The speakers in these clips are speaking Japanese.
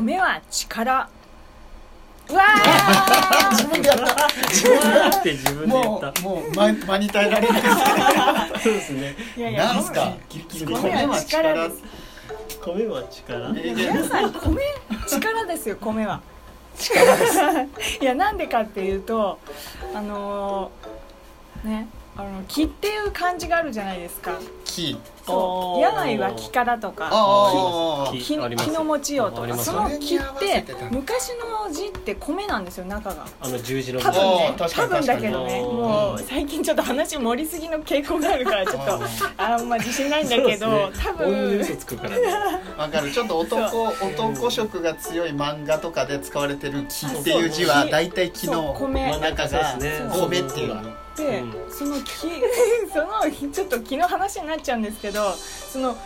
米は力うわ自分でやった自分でやって自分で言っもたうもう間間に耐えられるんですそうですねー いやいやなんすかキリキリ米米はは力です米は力えー皆さん米力ですよ米は いやなんでかっていうとあのーねあの木っていう漢字があるじゃないですか木そうあー柳は木からとかあーあー木木あり木ますの持ちようとありかますその木っそれに合わせててた昔の字って米なんですよ中があの十字の多分ねあー確か多に分だけど確かねにもううん最近ちょっと話盛りすぎの傾向があるからちょっとああんま自信ないんだそうでけすど、ね多おおむね分嘘つく からねーわかるちょっと男男色が強い漫画とかで使われてる木っていう字は大体木のそう米真ん中がそう米っていうので、うその木 そのちょっと木の話になっちゃうんですけどその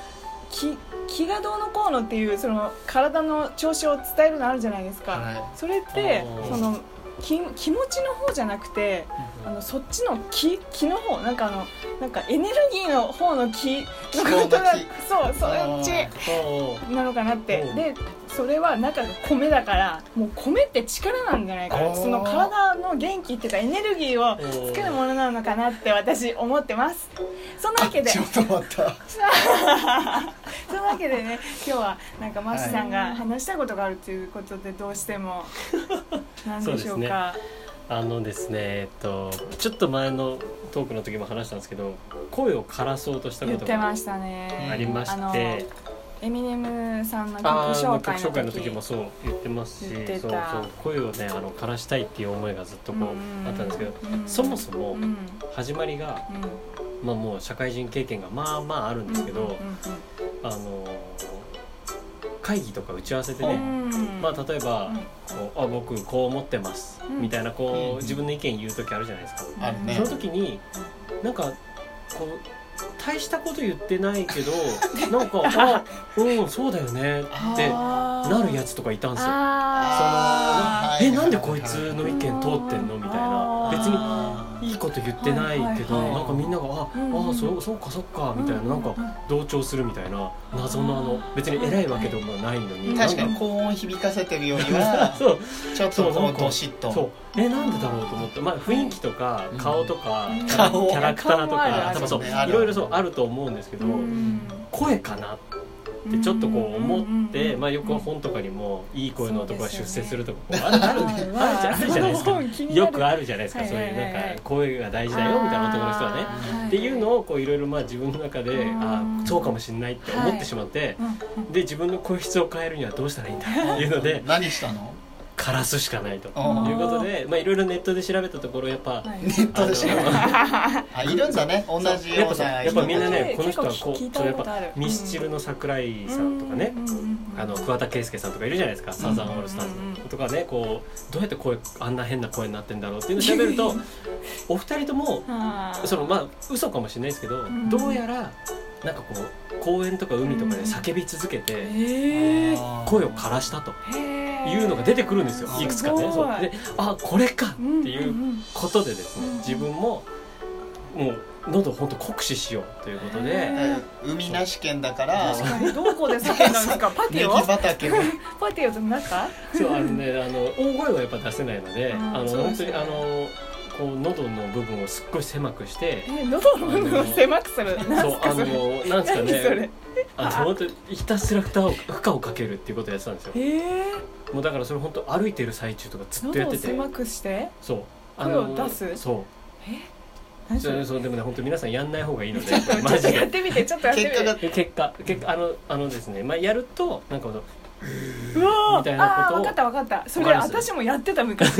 木木がどうのこうのっていうその体の調子を伝えるのあるじゃないですか、はそれっておーその気気持ちの方じゃなくてあのそっちの気気の方なんかあのなんかエネルギーの方の気のことが気そうそっちなのかなってうんでそれは中が米だからもう米って力なんじゃないかなあーその体の元気っていうかエネルギーを作るものなのかなって私思ってますそんなわけでちょっと待ったそのわけでね今日はなんかマシさんが話したいことがあるということでどうして も何でしょうかあのですねえっとちょっと前のトークの時も話したんですけど声を枯らそうとした言っことてがましたねありまあのしてエミネムさんの曲あー紹介曲紹介のの時時もそう言ってますし言ってたそうそう声をねあの枯らしたいっていう思いがずっとこうあったんですけどそもそもうん始まりが、まあ、もう社会人経験がまあまああるんですけど、あの会議とか打ち合わせでうんうね、んうんまあ、例えばうんこうあ僕こう思ってます」うんみたいなこうんう自分の意見言う時あるじゃないですか。あるねその時になんかこう大したこと言ってない けどなんか「あうんそうだよね」ってななるやつとかいたんですよ。ああーえなんでこいつの意見通ってんのみたいなあー別にいいこと言ってはないけど、いはいはいなんかみんなが「あ、うんうんあそうそうかそうか」そみたいな、なんか同調するみたいな謎のあの別に偉いわけでもないのに、確かなんに高音響かせてるよりはそうちょっそとうなこんうかどしっとそうえなんでだろうと思って、まあ、雰囲気とかうん顔とか、うんキャラ顔キャラクターと顔あるあかる多分そうそうねあるいろいろそうあると思うんですけど、声かなってちょっとこう思って、まあ、よく本とかにもいい声の男が出世するとかこうあるあるねあるじゃあるじゃないですか。よくあるじゃないですか、はいはいはいはいそういうなんか声が大事だよみたいな男の人はね。っていうのをこういろいろまあ自分の中でうんああそうかもしれないって思ってしまって、で自分の声質を変えるにはどうしたらいいんだっていうので何したの枯らすしかないというこうんとでまあいろいろネットで調べたところやっぱ。ネットで調べあのあいるんだね同じやっよぱうそうなやっ人ぱたちみんなねこの結人構はこ聞いうたそうやっことあるぱミスチルの桜井さんとかね、あの桑田佳祐さんとかいるじゃないですか、サザンオールスターズとかねこうどうやって声あんな変な声になってんだろうっていうのを調べ るとお二人ともそのまあ嘘かもしれないですけど、んどうやらなんかこう公園とか海とかで叫び続けてえー声を枯らしたというのが出てくるんですよへーいくつかね。すそごいうであこれかっていううことでですねうん自分ももう喉を本当酷使しようということでへ海なし県だからそ確 かにどこで叫んだんですかパテネギィオ 畑でパティオの中そうあのねあの大声はやっぱ出せないのでうあんのそうで本す当ねにあのこう喉の部分をすっごい狭くして。え喉の部分を狭くする何そすうかあそれのなんですか何それねあの本当にひたすら負荷を負荷をかけるっていうことをやってたんですよえーもうだからそれ本当歩いてる最中とかずっとや喉っをてて狭くしてそう声を出すそう何そそれうそうでもね本当皆さんやんない方がいいので ちょっとマジやっでてみてちょっとやってみて結果がで結果結果あのあのですねまあやるとなんかこのうわーみたいなこあーとを分かった分かったそれわかります私もやってた昔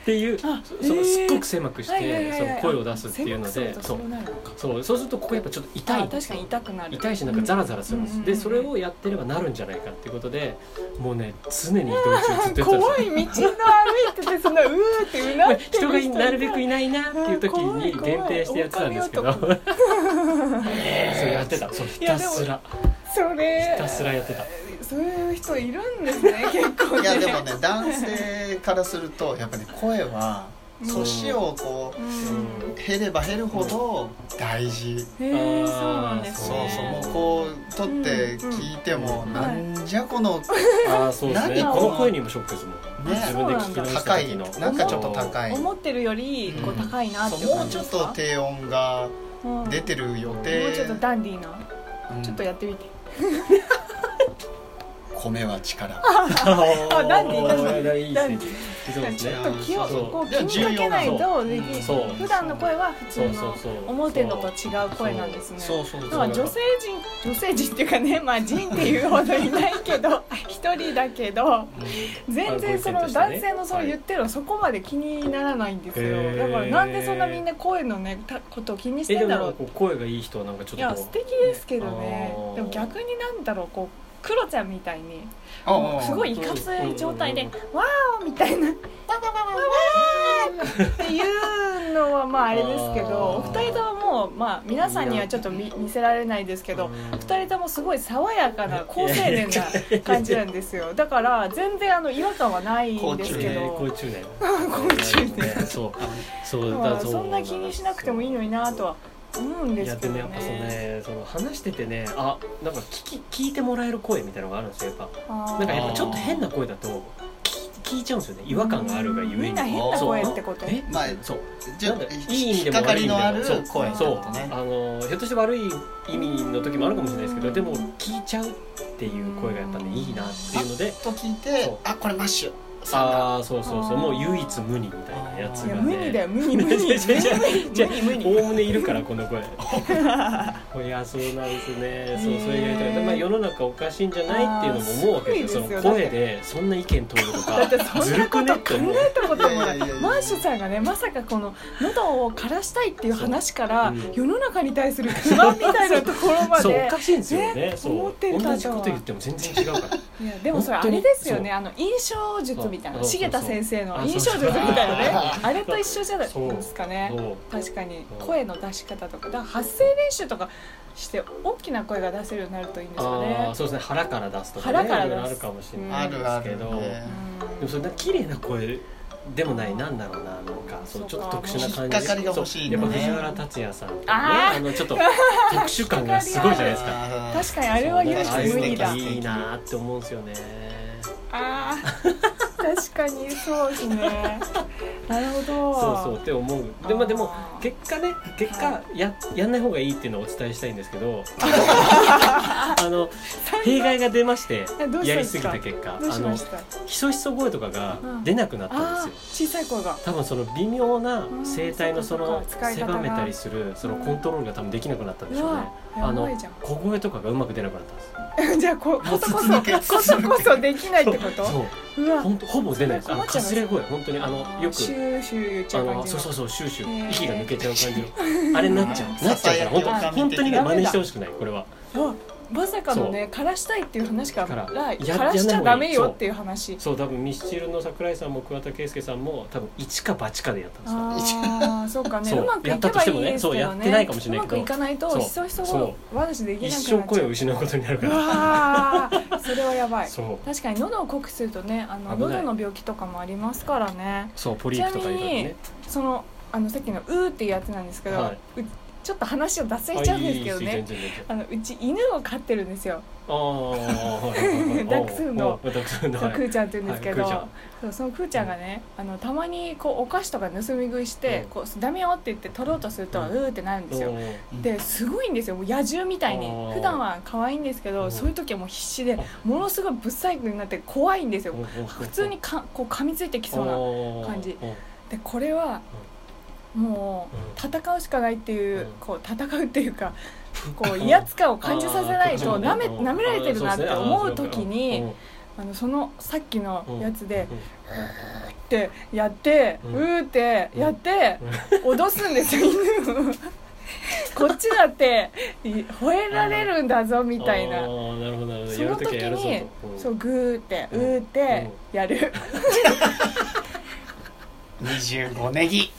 っていうそあそえのーすっごく狭くしはいはいはいはいてその声を出すっていうので狭くすそるとうそうなるのかそうそうするとここやっぱちょっと痛いあーんで確すかよに痛くなる痛いしなんかザラザラするんです、でそれをやってればなるんじゃないかっていうことでもうね常に移動中ずっとやってたんです よ怖い道の歩いててそんなうーってうなってる 人がいなるべくいないなっていう時に限定してやってたんですけど怖いそうやってたそうひたすらそれひたすらやってたそういう人いるんですね結構いやでもね男性からするとやっぱり声は年をこううんんう減れば減るほど大事、へえそうなんですそうそうもねうこう撮って聞いても、うんなんじゃこのああそうですね何この声にもショックですもんね自分で聞き直した高い時のなんかちょっと高い思ってるよりこう高いなってそうも感うじちょでっすとか低音がうん出てる予定、もうちょっとダンディーなうんちょっとやってみて米 は力あダンディダンディいいですねそうですちねょっと気をそうこう気にかけないとできそう普段の声は普通そうのそうそう表のと違う声なんですねそうそうそうまあ女性人女性人っていうかね まあ人っていうほどいないけど 一人だけど全然その男性のそう言ってるのそこまで気にならないんですへよーだからなんでそんなみんな声のねたことを気にしえてでんもなだんろかうこう声がいい人はなんかちょっといや素敵ですけどねあーでも逆になんだろうこうクロちゃんみたいにああすごいいかつい状態でうん「わーお!」みたいな「わーわーっていうのはまああれですけどおあー二人とももうまあ皆さんにはちょっと見見せられないですけどうん二人ともすごい爽やかな好青年な感じなんですよだから全然あの違和感はないんですけえーど恋中年恋中年そうそうまだあそうそんな気にしなくてもいいのになとは思うんいでやすけでどもやっぱそうね。ねその話しててねあなんか聞き聞いてもらえる声みたいなのがあるんですよやっぱあーなんかやっぱちょっと変な声だと聞い聞いちゃうんですよね違和感があるがゆえにみんな変な声ってことそうえまあそうじゃなんだあいい意引味でっもかか悪いり意味でのもあるそう声ってそうことねあのひょっとして悪い意味の時もあるかもしれないですけどでも聞いちゃうっていう声がやっぱねいいなっていうのでと聞いてそうあこれマッシュああそうそうそあうーもう唯一無二みたいなやついやが無理だねよ無理無理無理 違う無違う違う理無理おおむねいるからこの 声いやそうなんですねそうそれやりたいまあ世の中おかしいんじゃないっていうのも思うわけですよあーそすごいですよの声でそんな意見通るとだってかそずんなこるくとねっ考て思うえたこともないいやいやいやいやマーシュさんがねまさかこの喉を枯らしたいっていう話から、そううん世の中に対する不満みたいなところまそうおでかしいんですよねねそ思うってる方と同はじこと言っても全然違うからいやでもそれあれですよねあの印象術みたいなそうそうそ重う田先生のあ印象術みたいなねそうあれと一緒じゃないですか ねそう確かにそう声の出し方とかだから発声練習とかして大きな声が出せるようになるといいんですかあねー。そうですね腹から出すとかね腹から出すいろいろあるかもしれうんないあるあるですけどねうんでもそれなんか綺麗な声でもないなんだろうななんかそうちょっと特殊な感じ引っかかりが欲しいんそだうやっねぱ藤原竜也さんとかねああのちょっと特殊感がすごいじゃないですかあ確 ーかにあれは唯確かに一無二だああいうのいいなって思うんですよねあー確かにそうですねなるほどそうそうって思うで,、まあ、でもあー結果ね結果ややんない方がいいっていうのをお伝えしたいんですけ どあの弊害が出ましてえどうしたやんでりすすぎかた結果どうあしのましたひそひそ声とかが出なくなったあんあですーよ小さい声 が多分その微妙な声帯のそうんのそうかそうか使い方が狭めたりするそのコントロールが多分できなくなったんでしょうねうわあやのばいじゃん小声とかがうまく出なくなったんですじゃあここそこ続そけこそこそできないってことそううわほんとほぼ出ないですあの困っちゃいまかすすれ声本当にあのよくシューシュー言っちゃあう感のじそうそうそうシューシュへーー息が抜けちゃう感じのあれになっちゃうなっちゃうから本当ささやき本女将的な当にね真似してほしくないこれはあまさかのね枯らしたいっていう話かからららや枯らしちゃダメよっていう話そう多分ミスチルの桜井さんも桑田佳祐さんも多分一か八かでやったんですよ ああそうかねそううまくいけばいいですそうけやどっねてないかもしれないけどうまくいかないとそうひそひそそ話できなく一なっちゃ生う声を失うことになるかうらわーそれはやばいそう確かに喉を酷使するとねあの危ない喉の病気とかもありますからねそうポリープとかいうのねそのあのさっきの「うー」っていうやつなんですけど、はいうちょっと話を脱線しちゃうんですけどあいいいい全ね然全然あのうち犬を飼ってるんですよ、 あーダックスンドおーダックスフンドそはういクーちゃんって言うんですけど、はいクーちゃんそうそのクーちゃんがね、あのたまにこうお菓子とか盗み食いして、うんこうダメよって言って取ろうとすると、ううんーってなるんですよ、うんうんですごいんですよもう野獣みたいにあー普段は可愛いんですけど、うんそういう時はもう必死でものすごいぶっ細工になって怖いんですよ、普普通にかこう噛みついてきそうな感じでこれはもう戦うしかないっていううんこう戦うっていう かこう威圧感を感じさせないとなめ舐められてるなって思う時にあのそのさっきのやつでってやってううんーってやって脅すんですよ犬を。 こっちだってい吠えられるんだぞみたいななるほどなるほどその時やるときはにやるぞとそうグーってううんーってやる25ネギ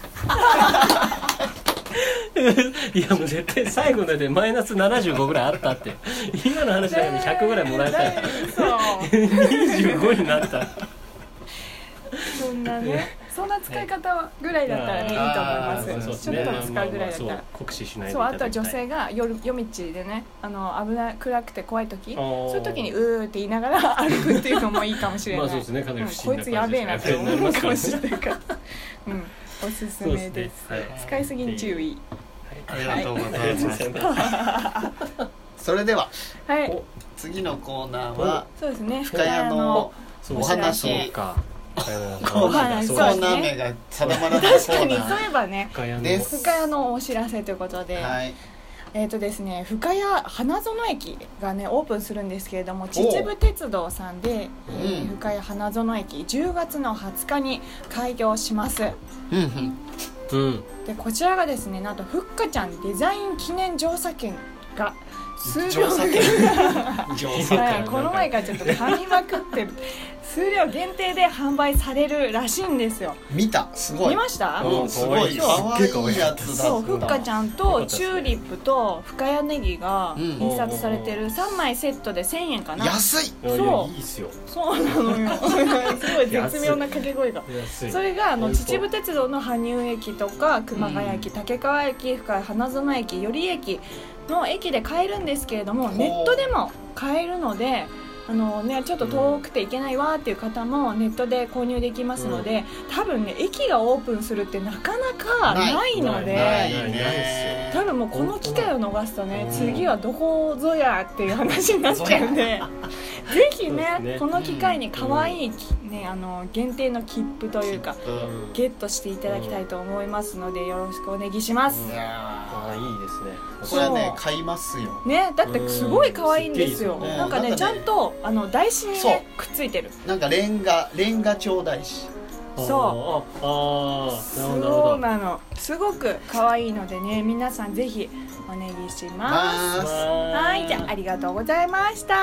いやもう絶対最後のでマイナス75ぐらいあった って今の話なのに100ぐらいもらえたよそう25になったそんなねそんな使い方ぐらいだったらね、い、いと思いますそちうょでっすねと使うぐらいだったまあまあらそう酷使しないでいそうたあだきとたはい女性が夜夜道でねあの危ない暗くて怖い時あーそういう時に「うー」って言いながら歩くっていうのもいいかもしれないまあそうですねかなり不うん審こいなつや感べじえなでっすねて思うかもしれやべえなりますからねないから、うん、おすすそうめでですすねはい使いすぎに注意ありがとうごあざりいがとうまござすいますそれでははい次のコーナーはそうですね深谷のそうお話そ うかコーナーコそそうですねうーナー名が定まらないコ確かーにナそういえばね深谷のです深谷のお知らせということで、ーはいえーとですね、深谷花園駅がねオープンするんですけれども秩父鉄道さんで、えーうん深谷花園駅10月の20日に開業しますうんうんうんでこちらがですねなんとふっかちゃんデザイン記念乗車券が数量乗車券乗車 はい、この前からちょっと噛みまくって る数量限定で販売されるらしいんですよ見たすごい見ましたうんすごいそう可愛いやつだそうふっかちんゃんとチューリップと深谷ネギがうん印刷されてる3枚セットで1000円かな安 いいやいそうやいいっすよそうなのよすごい絶妙な掛け声が安いそれがあの本当秩父鉄道の羽生駅とか熊谷駅竹川駅深谷花園駅寄居駅の駅で買えるんですけれどもほうネットでも買えるのであのね、ちょっと遠くて行けないわっていう方もネットで購入できますので、多分ね駅がオープンするってなかなかないのでないないね多分もうこの機会を逃すとね本当だ次はどこぞやっていう話になっちゃうんでぜひねそうですねこの機会に可愛いきねあの限定の切符というかうんゲットしていただきたいと思いますのでよろしくお願いしますいやああいいですねーこれはねそう買いますよねだってすごい可愛いんですようんなんかねなんちかゃねんとあの台紙にそうねくっついてるなんかレンガレンガ調大師そうああなそうるほどなるほどなのすごく可愛いのでね皆さんぜひお願いしますまはいじゃあありがとうございました